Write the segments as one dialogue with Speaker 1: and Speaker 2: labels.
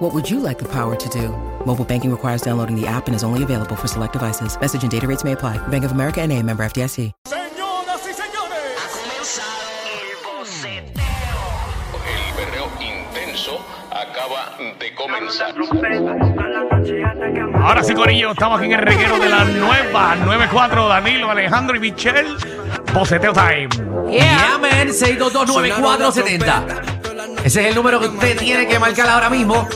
Speaker 1: What would you like the power to do? Mobile banking requires downloading the app and is only available for select devices. Message and data rates may apply. Bank of America and a member FDIC.
Speaker 2: Señoras y señores,
Speaker 3: Ha comenzado el boceteo.
Speaker 4: El berreo intenso acaba de comenzar.
Speaker 5: Ahora sí, Corillo, estamos aquí en el reguero de la nueva 94, Danilo, Alejandro y Michelle. Boceteo Time.
Speaker 6: Yeah, man, 6229470. Ese es el número que usted tiene que marcar ahora mismo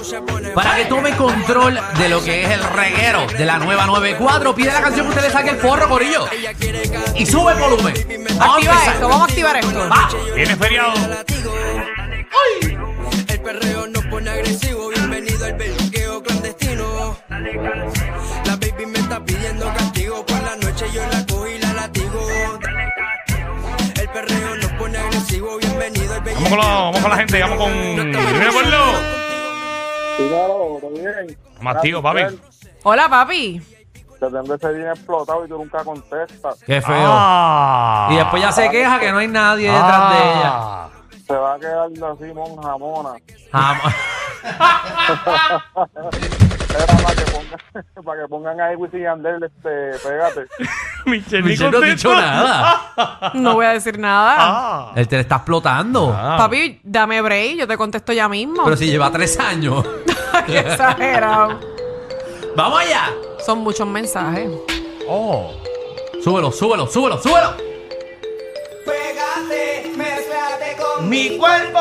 Speaker 6: para que tome control de lo que es el reguero de la nueva 94. Pide la canción que usted le saque el forro, Corillo. Y sube el volumen. Vamos a
Speaker 7: Activa
Speaker 6: empezar.
Speaker 7: esto, vamos a activar esto.
Speaker 6: Va.
Speaker 5: Viene feriado.
Speaker 8: El perreo no pone agresivo, bienvenido al beluqueo clandestino. La baby me está pidiendo castigo, por la noche yo la cojo y la latigo. El perreo no pone agresivo, bienvenido al
Speaker 5: Vamos con,
Speaker 8: beluqueo.
Speaker 5: la- vamos con la gente, vamos con. ¡Mira, pueblo!
Speaker 9: Claro, todo bien.
Speaker 5: Más tío, papi.
Speaker 7: Hola, papi.
Speaker 9: Te tengo ese bien explotado y tú nunca contestas.
Speaker 6: Qué feo.
Speaker 5: Ah.
Speaker 6: Y después ya se queja que no hay nadie detrás de ella.
Speaker 5: Ah.
Speaker 9: Se va a quedar así, monja mona.
Speaker 6: Jamás.
Speaker 9: Era para que pongan, para que pongan ahí Wisin y Yandel, este, pégate.
Speaker 5: Michelle, ni
Speaker 6: Michelle no ha
Speaker 5: contestó.
Speaker 6: dicho nada.
Speaker 7: No voy a decir nada.
Speaker 5: Ah.
Speaker 6: Él te le está explotando.
Speaker 5: Ah.
Speaker 7: Papi, dame break, yo te contesto ya mismo.
Speaker 6: Pero si lleva tres años.
Speaker 7: Qué exagerado.
Speaker 6: ¡Vamos allá!
Speaker 7: Son muchos mensajes.
Speaker 6: Oh. Súbelo, súbelo, súbelo, súbelo.
Speaker 2: pégate, mezclate con
Speaker 6: Mi cuerpo.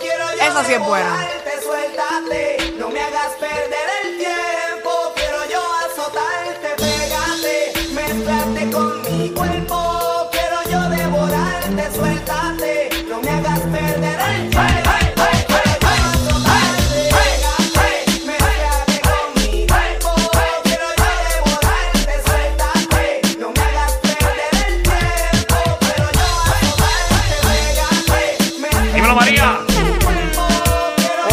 Speaker 2: quiero yo
Speaker 7: Esa sí es buena.
Speaker 2: devorarte, Suéltate, no me hagas perder el tiempo, quiero yo azotarte, pégate, mezclate con mi cuerpo, quiero yo devorarte, suéltate, no me hagas perder el tiempo. quiero yo azotarte, pégate, mezclate con mi cuerpo, quiero yo devorarte, suéltate, no me hagas perder el tiempo, quiero yo azotarte, pégate, mezclate
Speaker 5: Dímelo, María.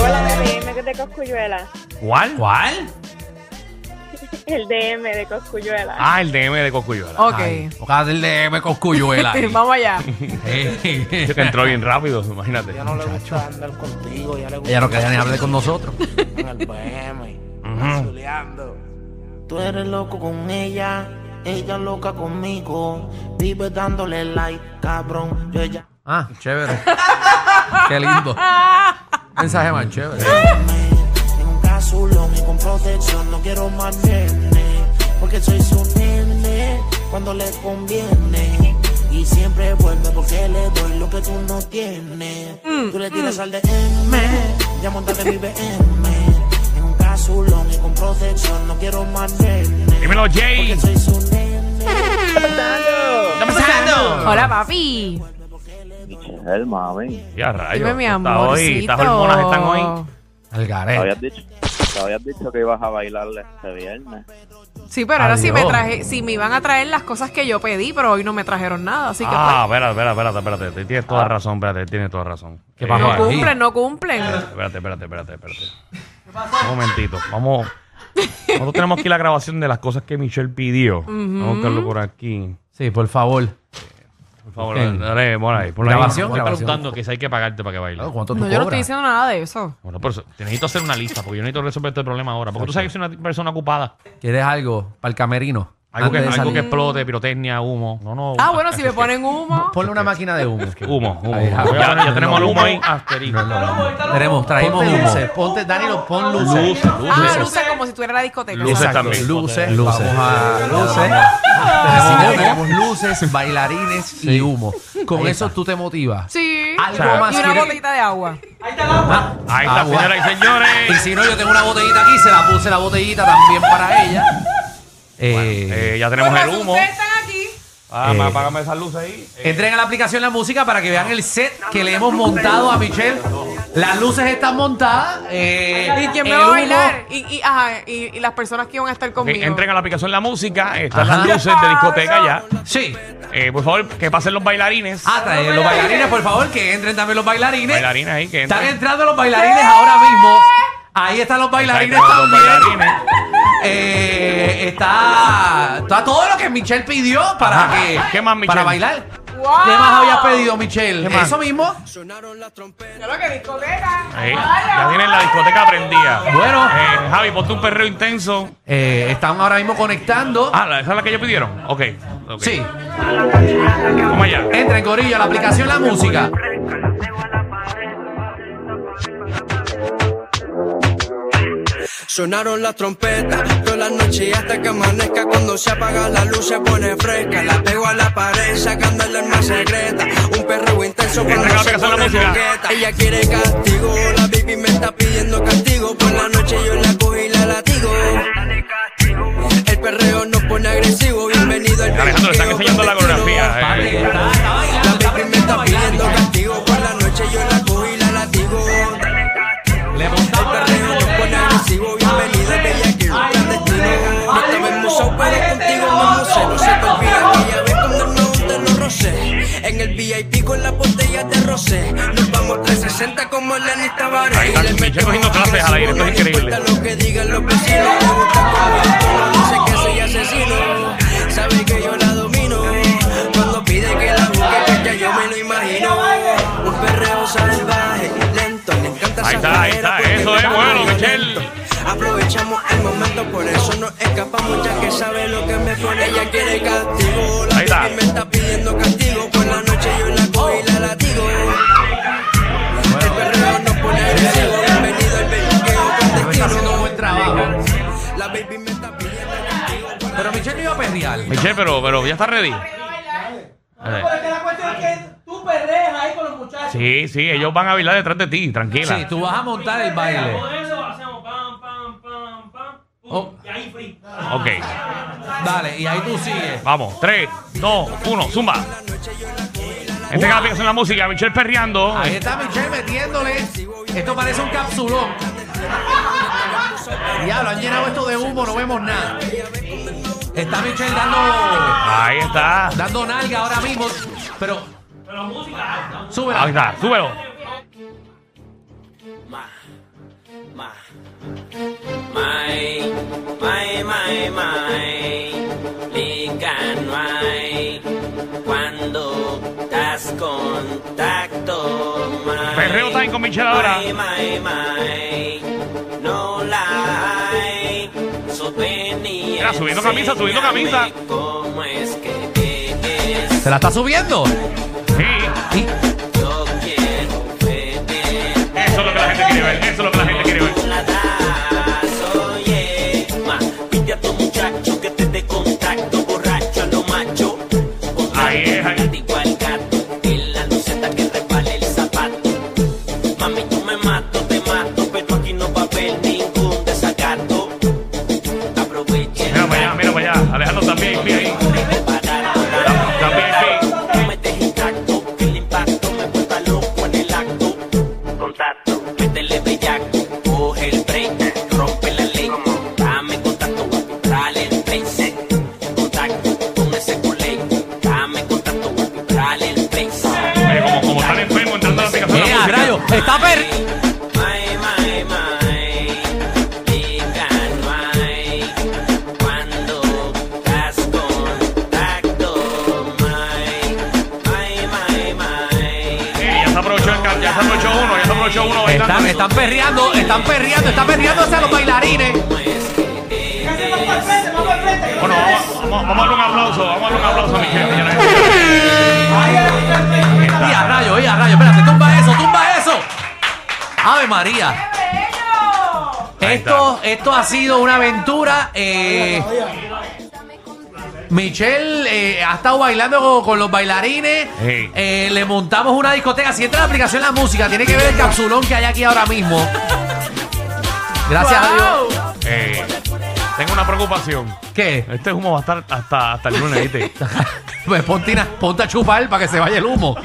Speaker 10: Hola, bebé, me de Coscuyuela.
Speaker 5: ¿Cuál?
Speaker 6: ¿Cuál?
Speaker 10: El DM de Coscuyuela.
Speaker 5: Ah, el DM de
Speaker 6: Oh.
Speaker 5: Cocuyuela.
Speaker 7: Ok.
Speaker 6: Ojalá el DM con cuyuela. ahí.
Speaker 7: Vamos allá.
Speaker 6: Ey,
Speaker 5: Yo que entró bien rápido, imagínate.
Speaker 6: Ella no quería ni hablar con nosotros.
Speaker 8: Tú eres loco con ella, ella loca conmigo. Vive dándole like, cabrón. Yo ella
Speaker 6: Ah, chévere. Qué lindo.
Speaker 7: Ah.
Speaker 6: Mensaje más chévere.
Speaker 8: en un casulón y con protección. No quiero más nene, porque soy su nene cuando le conviene. Y siempre vuelve porque le doy lo que tú no tienes. tú le tiras al DM, ya montate mi BM. En un casulón y con protección. No quiero más nene,
Speaker 5: Dímelo,
Speaker 8: porque
Speaker 5: Jay.
Speaker 8: soy su nene.
Speaker 5: ¿Qué está pasando?
Speaker 7: Hola, papi.
Speaker 9: Michelle, mami.
Speaker 5: Ya, rayos.
Speaker 7: Dime, mi
Speaker 5: Está
Speaker 7: amorcito.
Speaker 5: hoy, Estas hormonas están hoy.
Speaker 6: Al garete.
Speaker 9: dicho, te habías dicho que ibas a bailar este viernes.
Speaker 7: Sí, pero ahora sí
Speaker 6: Adiós.
Speaker 7: me traje, sí me iban a traer las cosas que yo pedí, pero hoy no me trajeron nada, así que pues,
Speaker 5: Ah, espérate, espérate, espérate, espérate. Te- Tienes
Speaker 7: Ah.
Speaker 5: toda razón, espérate, tienes toda razón.
Speaker 6: ¿Qué
Speaker 5: Eh,
Speaker 6: pasó
Speaker 7: pues,
Speaker 6: ahí?
Speaker 7: no cumplen, no cumplen.
Speaker 5: Espérate, espérate, espérate, espérate. Un momentito, vamos. Nosotros tenemos aquí la grabación de las cosas que Michelle pidió. Vamos a buscarlo por aquí.
Speaker 6: Sí, por favor.
Speaker 5: Por favor,
Speaker 6: Ok.
Speaker 5: dale, pon ahí. Por la
Speaker 6: Grabación,
Speaker 5: Estoy
Speaker 6: grabación.
Speaker 5: preguntando que si hay que pagarte para que baile.
Speaker 6: Claro, ¿Cuánto tú
Speaker 7: No, yo no estoy
Speaker 6: cobras?
Speaker 7: diciendo nada de eso.
Speaker 5: Bueno, pero eso- te necesito hacer una lista porque yo necesito resolver este problema ahora. Porque tú sabes que soy una persona ocupada.
Speaker 6: ¿Quieres algo para el camerino?
Speaker 5: Algo, que,
Speaker 6: Antes de
Speaker 5: algo
Speaker 6: salir.
Speaker 5: que explote, pirotecnia, humo. No, no.
Speaker 7: Ah, bueno, si me ponen humo.
Speaker 6: Ponle una máquina de humo.
Speaker 5: Humo, humo.
Speaker 6: Ahí,
Speaker 5: humo.
Speaker 6: ahí.
Speaker 5: Ya, ya tenemos el humo ahí.
Speaker 6: No,
Speaker 5: Asterisco.
Speaker 6: no, no. Tenemos, traímos
Speaker 5: Ponte
Speaker 6: humo.
Speaker 5: luces,
Speaker 6: Ponte, Danilo, pon
Speaker 5: Luces,
Speaker 7: Ah,
Speaker 5: luces.
Speaker 7: luces como si tuviera la discoteca.
Speaker 5: Luces
Speaker 6: Exacto,
Speaker 5: también.
Speaker 6: Luces,
Speaker 5: Luces.
Speaker 6: Vamos a luces. Tenemos, tenemos luces, bailarines y humo. Con eso tú te motivas.
Speaker 7: Sí.
Speaker 6: Algo más
Speaker 7: y una
Speaker 6: que-
Speaker 7: botellita de agua.
Speaker 5: Ahí está,
Speaker 6: Agua.
Speaker 5: señoras y
Speaker 6: Y
Speaker 5: señores.
Speaker 6: si no, yo tengo una botellita aquí, se la puse la botellita también para ella. Eh,
Speaker 5: Eh, ya tenemos
Speaker 7: Bueno,
Speaker 5: el
Speaker 7: si
Speaker 5: humo.
Speaker 7: Pues Ustedes están aquí.
Speaker 5: Ah,
Speaker 6: Eh.
Speaker 5: apágame esa luz ahí.
Speaker 9: Eh,
Speaker 6: entren a la aplicación la música para que vean el set que le hemos montado a Michelle Las luces están montadas. eh,
Speaker 7: ¿Y quién me
Speaker 6: el
Speaker 7: va a
Speaker 6: humo-
Speaker 7: bailar? Y, y, ajá, y, y las personas que van a estar
Speaker 5: Ok,
Speaker 7: conmigo.
Speaker 5: Eh, entren a la aplicación La Música, están
Speaker 6: Ajá.
Speaker 5: las luces de discoteca ya.
Speaker 6: Sí.
Speaker 5: Eh, por favor, que pasen los bailarines.
Speaker 6: Ah, trae los bailarines, por favor, que entren también los bailarines.
Speaker 5: Bailarines ahí, que
Speaker 6: Están
Speaker 5: entren.
Speaker 6: entrando los bailarines ahora mismo. Ahí están los bailarines
Speaker 5: Están
Speaker 6: también.
Speaker 5: entrando los bailarines.
Speaker 6: Eh, está, está todo lo que Michelle pidió para
Speaker 5: Ajá.
Speaker 6: que
Speaker 5: ¿Qué más, Michelle?
Speaker 6: para bailar.
Speaker 7: ¡Wow!
Speaker 6: ¿Qué más habías pedido, Michelle?
Speaker 5: ¿Qué más?
Speaker 6: Eso mismo.
Speaker 7: Claro que discoteca.
Speaker 5: Ahí, ya tienen la discoteca prendida.
Speaker 6: Bueno.
Speaker 5: Eh, Javi, ponte un perreo intenso.
Speaker 6: Eh, están ahora mismo conectando.
Speaker 5: Ah, ¿la- ¿esa es la que ellos pidieron? Ok. ok.
Speaker 6: Sí. Eh,
Speaker 5: Vamos allá.
Speaker 6: Entra en Corillo, la aplicación La Música.
Speaker 11: Sonaron las trompetas toda la noche y hasta que amanezca. Cuando se apaga la luz se pone fresca. La pego a la pared sacando el alma secreta. Un perro intenso
Speaker 5: Entra en la
Speaker 11: cuando se
Speaker 5: aplicación La
Speaker 11: pone
Speaker 5: Música.
Speaker 11: loqueta. Ella quiere castigo, la baby me está pidiendo castigo. Por la noche yo la cojo y la latigo. El perreo nos pone agresivo. Bienvenido al
Speaker 5: Alejandro,
Speaker 6: eh,
Speaker 5: están enseñando la coreografía.
Speaker 6: Papi,
Speaker 5: eh.
Speaker 6: está, está bailando, está
Speaker 11: Baby
Speaker 6: aprendiendo
Speaker 11: me
Speaker 6: a
Speaker 11: está
Speaker 6: bailar,
Speaker 11: pidiendo
Speaker 6: Michelle.
Speaker 11: castigo. Por la noche yo la cojo y la latigo.
Speaker 6: Le montamos la
Speaker 11: Perreo nos pone
Speaker 6: discoteca.
Speaker 11: agresivo, bienvenido al bellaqueo,
Speaker 6: Ay,
Speaker 11: gran destino.
Speaker 6: hombre,
Speaker 11: No estaba
Speaker 6: ay,
Speaker 11: enmusao,
Speaker 6: hombre,
Speaker 11: pero contigo
Speaker 6: gente,
Speaker 11: me museo. No se te
Speaker 6: hombre,
Speaker 11: olvide
Speaker 6: hombre.
Speaker 11: aquella vez cuando no te lo rocé. En el VIP con la botella de rosé. Nos vamos 360 como Lenny Tavares.
Speaker 5: Ahí está,
Speaker 11: Y le
Speaker 5: Michelle
Speaker 11: metemos
Speaker 5: cogiendo clases al aire, esto es
Speaker 11: agresivo, no
Speaker 5: increíble.
Speaker 11: importa lo que digan los vecinos. Le gusta conmigo, dice que soy asesino. Sabe que yo la domino. Cuando pide que la busque, pues ya yo me lo imagino. Un perreo salvaje, lento, le encanta
Speaker 5: Ahí
Speaker 11: esa
Speaker 5: está, ahí está.
Speaker 11: flojera
Speaker 5: Eso
Speaker 11: porque
Speaker 5: es
Speaker 11: me
Speaker 5: bueno,
Speaker 11: pone
Speaker 5: Michelle.
Speaker 11: violento. Aprovechamos el momento, por eso nos escapamos ya que sabe lo que me pone. Ella quiere castigo, la
Speaker 5: Ahí está.
Speaker 11: baby me está pidiendo castigo. Por la noche yo la cojo y la latigo. El perreo nos pone agresivo, bienvenido al bellaqueo con
Speaker 6: Pero está haciendo un
Speaker 11: destino.
Speaker 6: buen trabajo.
Speaker 11: La baby me está pidiendo castigo.
Speaker 6: Pero Michelle no iba a perrear.
Speaker 5: Eh, Michelle, pero, pero ya está ready. Eh,
Speaker 9: la cuestión es que tú perreas ahí con los muchachos.
Speaker 5: Sí, sí, ellos van a bailar detrás de ti, tranquila.
Speaker 6: Sí, tú vas a montar el baile.
Speaker 9: eso hacemos pam, pam, pam, pam.
Speaker 6: Oh,
Speaker 9: ahí free.
Speaker 5: Ok,
Speaker 6: dale, y ahí tú sigues.
Speaker 5: vamos. 3, 2, 1, zumba. Este es la aplicación la música, Michelle perreando.
Speaker 6: Ahí está Michelle metiéndole. Esto parece un capsulón. Diablo, han llenado esto de humo, no vemos nada. Está Michelle dando,
Speaker 5: Ahí está.
Speaker 6: dando nalga ahora mismo, pero. Súbela.
Speaker 5: Ahí está, súbelo.
Speaker 11: Mai, mai, mai, mai, ligan mai, cuando das contacto, mai.
Speaker 5: Perreo time con Michelle ahora.
Speaker 11: Mai, mai, mai, no la hay, so ven y
Speaker 5: Mira, subiendo camisa, subiendo
Speaker 11: enséñame
Speaker 5: camisa.
Speaker 11: cómo es que vives.
Speaker 6: Se la está subiendo.
Speaker 5: Sí,
Speaker 6: Y-
Speaker 11: Yo quiero verte.
Speaker 5: eso es lo que la gente quiere ver. Eso es lo que la gente quiere ver.
Speaker 11: La das, oye, ma, pide a tu muchacho que te dé contacto, borracho a lo macho. Contacto,
Speaker 5: Ahí es, ahí.
Speaker 11: látigo al gato, en la luceta que resbale el zapato. Mami, yo me mato, te mato, pero aquí no va a haber ningún desacato. Aprovecha el
Speaker 5: Mira para allá, mira para allá. Alejandro también, mira ahí. También, sí. Oye, como, como están enfermos entrando a la aplicación
Speaker 6: ¡Eh,
Speaker 5: la
Speaker 6: a
Speaker 5: música.
Speaker 6: rayo! ¡Está per...
Speaker 11: Cuando das contacto, mai, mai, mai, mai.
Speaker 5: Sí, ya se aprovechó el can- ya se aprovechó uno, ya se aprovechó uno bailando.
Speaker 6: Están, están perreando, están perreando, están perreándose a los bailarines.
Speaker 5: Bueno, vamos, vamos, vamos a darle un aplauso, vamos a darle un aplauso a Michelle. señoras y señores.
Speaker 6: ¡Eh,
Speaker 5: Está.
Speaker 6: a rayo, eh, a rayo! Espérate, tumba eso, tumba eso. ¡Ave María!
Speaker 5: Ahí
Speaker 6: Esto, esto ha sido una aventura. eh, Michelle eh, ha estado bailando con, con los bailarines.
Speaker 5: Sí.
Speaker 6: Eh, le montamos una discoteca. Si entra la aplicación la música, tiene que ver el capsulón que hay aquí ahora mismo. Gracias a Dios.
Speaker 5: Eh, tengo una preocupación.
Speaker 6: ¿Qué?
Speaker 5: Este humo va a estar hasta, hasta el lunes, ¿viste?
Speaker 6: Pues ponte, una- ponte a chupar para que se vaya el humo.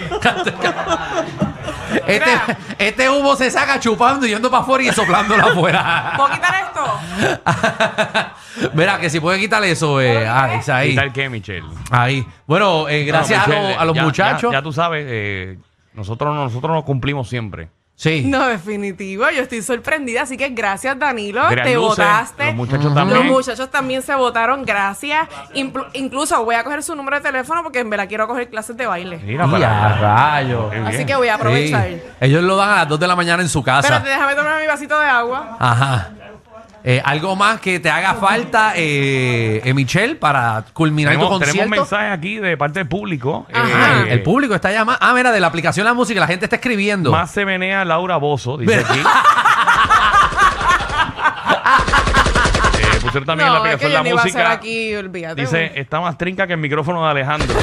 Speaker 6: Este, este humo se saca chupando y yendo para afuera y soplándola afuera.
Speaker 7: ¿Puedo quitar esto?
Speaker 6: Mira, que si puede quitar eso, eh, Alex, ahí.
Speaker 5: ¿Y tal qué, Michelle?
Speaker 6: Ahí. Bueno, eh, gracias
Speaker 5: Bueno,
Speaker 6: a,
Speaker 5: Michelle,
Speaker 6: los- a los
Speaker 5: pues, ya- ya-
Speaker 6: muchachos.
Speaker 5: Ya, tú sabes, eh, nosotros, nosotros nos cumplimos siempre.
Speaker 6: Sí.
Speaker 7: No, definitivo. Yo estoy sorprendida. Así que gracias, Danilo.
Speaker 5: Gran
Speaker 7: te
Speaker 5: luces,
Speaker 7: votaste.
Speaker 5: los muchachos
Speaker 7: Los
Speaker 5: también.
Speaker 7: muchachos también se votaron. Gracias. Inclu- incluso voy a coger su número de teléfono porque en verdad quiero coger clases de baile.
Speaker 5: Mira,
Speaker 6: Y a rayos.
Speaker 5: Qué
Speaker 7: Así
Speaker 5: bien.
Speaker 7: que voy a aprovechar.
Speaker 6: Sí. Ellos lo dan a las 2 de la mañana en su casa.
Speaker 7: Espérate, déjame tomar mi vasito de agua.
Speaker 6: Ajá. Eh, algo más que te haga falta, eh, eh, Michelle, para culminar tu
Speaker 5: Tenemos, tenemos
Speaker 6: concierto.
Speaker 5: mensajes aquí de parte del público.
Speaker 7: Ajá.
Speaker 5: Eh,
Speaker 6: El público está llamando. Ah, mira, de la aplicación La Música, la gente está escribiendo.
Speaker 5: Más se menea Laura Bozo, dice aquí. Eh, pusieron también la
Speaker 7: no, es que
Speaker 5: aplicación
Speaker 7: yo
Speaker 5: la
Speaker 7: no iba a ser
Speaker 5: música.
Speaker 7: aquí, olvídate.
Speaker 5: Dice, está más trinca que el micrófono de Alejandro.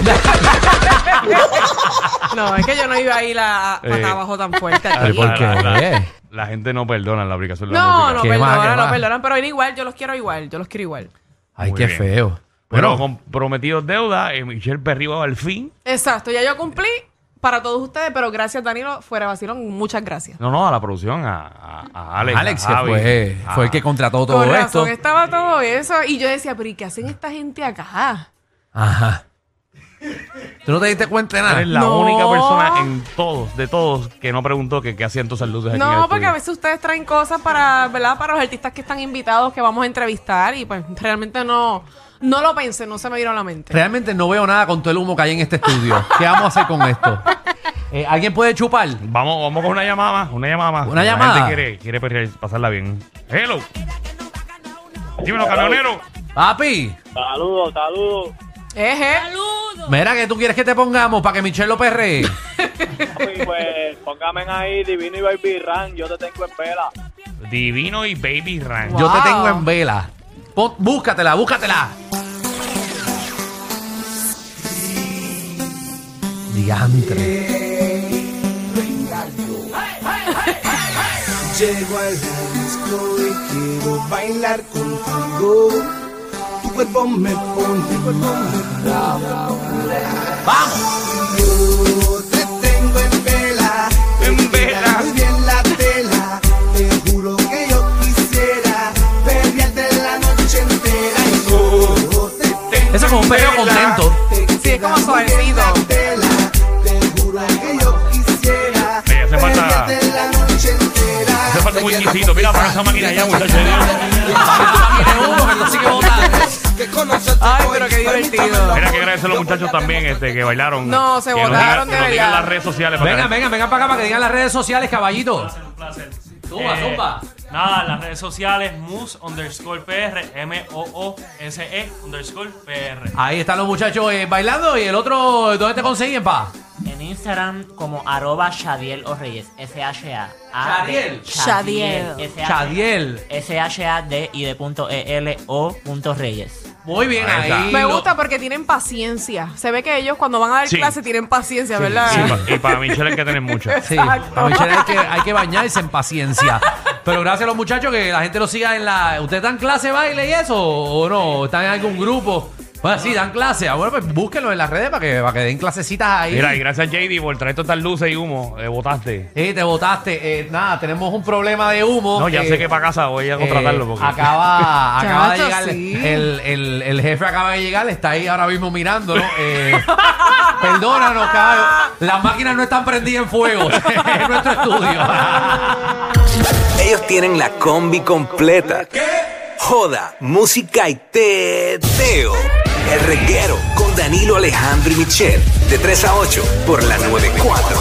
Speaker 7: No, es que yo no iba a ir a, a-
Speaker 5: Eh.
Speaker 7: para abajo tan fuerte. aquí.
Speaker 6: Pero ¿por qué?
Speaker 5: La, la- la gente no perdona la aplicación de la
Speaker 7: No,
Speaker 5: música.
Speaker 7: no
Speaker 6: Qué
Speaker 7: perdonan,
Speaker 6: va, qué
Speaker 7: no
Speaker 6: va.
Speaker 7: perdonan. Pero era igual, yo los quiero igual, yo los quiero igual.
Speaker 6: Ay,
Speaker 5: Muy
Speaker 6: qué
Speaker 5: bien.
Speaker 6: feo.
Speaker 5: Pero
Speaker 6: Bueno,
Speaker 5: comprometidos deuda, eh, Michelle Perriba al fin.
Speaker 7: Exacto, ya yo cumplí para todos ustedes, pero gracias, Danilo. Fuera vacilón, muchas gracias.
Speaker 5: No, no, a la producción, a, a- a Alex.
Speaker 6: Alex
Speaker 5: a
Speaker 6: que
Speaker 5: Javi, Ah.
Speaker 6: fue,
Speaker 5: a-
Speaker 6: fue el que contrató todo
Speaker 7: Con razón,
Speaker 6: esto.
Speaker 7: estaba todo eso. Y yo decía, pero ¿y qué hacen esta gente acá?
Speaker 6: Ajá. ¿Tú no te diste cuenta de nada?
Speaker 5: Eres la
Speaker 7: No.
Speaker 5: única persona en todos, de todos, que no preguntó que qué hacían tus luces aquí en el
Speaker 7: No, porque a
Speaker 5: estudio.
Speaker 7: veces ustedes traen cosas para, ¿verdad? Para los artistas que están invitados, que vamos a entrevistar. Y pues realmente no, no lo pensé, no se me vino a la mente.
Speaker 6: Realmente no veo nada con todo el humo que hay en este estudio. ¿Qué vamos a hacer con esto? Eh, ¿Alguien puede chupar?
Speaker 5: Vamos, vamos con una llamada más, una llamada más.
Speaker 6: Una
Speaker 5: La
Speaker 6: llamada.
Speaker 5: gente quiere, quiere perrear, pasarla bien. Hello. Dímelo, camionero.
Speaker 6: Papi,
Speaker 9: Saludos, saludos.
Speaker 7: Eje.
Speaker 6: mira que tú quieres que te pongamos para que Michelle lo perree.
Speaker 9: Papi, pues póngame ahí Divino y Baby Ran, yo te tengo en vela.
Speaker 5: Divino y Baby Ranch.
Speaker 6: Yo te
Speaker 7: Wow.
Speaker 6: tengo en vela. Pon- búscatela, búscatela. Diantre.
Speaker 12: Llego al disco y quiero bailar contigo. Tu cuerpo me pone bravo.
Speaker 6: ¡Vamos!
Speaker 12: Yo te tengo en vela, en vela. Muy bien la tela. Te juro que yo quisiera perdiarte la noche entera. Y yo te tengo
Speaker 6: Eso es como un perreo contento.
Speaker 7: Sí, es como suavecito.
Speaker 12: en vela. Te juro que yo quisiera
Speaker 5: Sí, hace falta-
Speaker 12: perdiarte la noche entera.
Speaker 5: Hace falta un whiskycito. Mira, para esa máquina ya, muchachos.
Speaker 12: Que conoces
Speaker 7: Ay, pero qué divertido.
Speaker 5: Mira que agradecer a los muchachos también este, que bailaron.
Speaker 7: No, se
Speaker 5: Que nos digan-
Speaker 7: botaron de
Speaker 5: que nos digan
Speaker 7: verdad.
Speaker 5: las redes sociales. para
Speaker 6: Venga,
Speaker 5: que-
Speaker 6: venga, venga para acá para que digan las redes sociales, caballito. Zumba,
Speaker 5: Eh,
Speaker 6: zumba.
Speaker 13: Nada, las redes sociales, mus underscore PR, M-O-O-S-E
Speaker 5: E,
Speaker 13: underscore PR.
Speaker 6: Ahí están los muchachos eh, bailando y el otro, ¿dónde te consiguen, pa?
Speaker 14: En Instagram como arroba Shadiel o Reyes. S-H-A.
Speaker 6: Shadiel. Shadiel.
Speaker 14: Shadiel. S-H-A-D y de punto E-L o punto Reyes.
Speaker 6: Muy bien,
Speaker 5: Ahí está.
Speaker 6: ahí.
Speaker 7: Me
Speaker 6: lo-
Speaker 7: gusta porque tienen paciencia. Se ve que ellos cuando van a dar
Speaker 5: Sí.
Speaker 7: clase tienen paciencia, ¿verdad?
Speaker 5: Sí, pa- y para Michelle hay que tener mucho.
Speaker 6: Sí,
Speaker 7: Exacto.
Speaker 6: para Michelle hay que, hay que bañarse en paciencia. Pero gracias a los muchachos que la gente los siga en la. ¿Ustedes dan clase de baile y eso? ¿O no? ¿Están en algún grupo? Bueno, sí, dan clase. Ah, Bueno, pues búsquenlo en las redes para que, para que den clasecitas ahí.
Speaker 5: Mira, y gracias JD por traer todas estas luces y humo. Eh, botaste.
Speaker 6: Eh, te votaste. nada, tenemos un problema de humo.
Speaker 5: No, ya
Speaker 6: Eh,
Speaker 5: sé que para casa voy a contratarlo.
Speaker 6: eh,
Speaker 5: porque
Speaker 6: acaba, acaba de
Speaker 7: Chacho,
Speaker 6: llegar.
Speaker 7: sí.
Speaker 6: El, el- el jefe acaba de llegar, está ahí ahora mismo mirándonos. eh, perdónanos, caballo. Las máquinas no están prendidas en fuego. en nuestro estudio.
Speaker 15: Ellos tienen la combi completa. Joda, música y teo. El reguero con Danilo Alejandro y Michel. De 3 a 8 por la 94.